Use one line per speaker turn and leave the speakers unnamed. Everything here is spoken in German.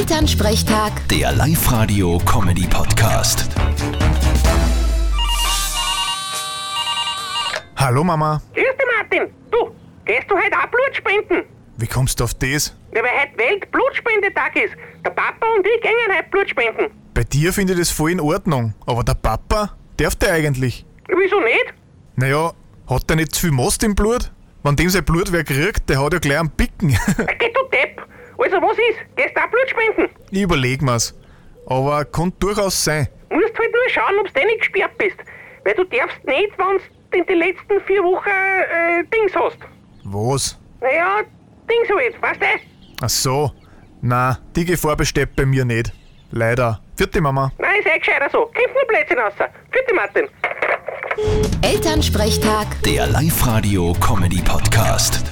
Elternsprechtag,
Der Live-Radio-Comedy-Podcast.
Hallo Mama,
Grüß dich, Martin. Du, gehst du heute auch Blut spenden?
wie kommst du auf das?
Ja, weil heute Weltblutspendetag ist. Der Papa und ich gehen heute Blut spenden.
Bei dir finde ich das voll in Ordnung, aber der Papa, darf der eigentlich?
Wieso nicht?
Naja, hat der nicht zu viel Most im Blut? Wenn dem sein Blut wer kriegt, der hat ja gleich einen Picken.
Ja, geh du Depp. Also, was ist? Gehst du auch Blut spenden?
ich überleg mir's. Aber kann durchaus sein.
Musst halt nur schauen, ob's dir nicht gesperrt bist. Weil du darfst nicht, wenn's in den letzten vier Wochen äh, Dings hast.
Was?
Naja, Dings halt, weißt du?
Ach so. Na, die Gefahr besteht bei mir nicht. Leider. Vierte Mama.
Nein, ist eh gescheiter so. Kämpf nur Blödsinn raus. Für dich, Martin.
Elternsprechtag.
Der Live-Radio-Comedy-Podcast.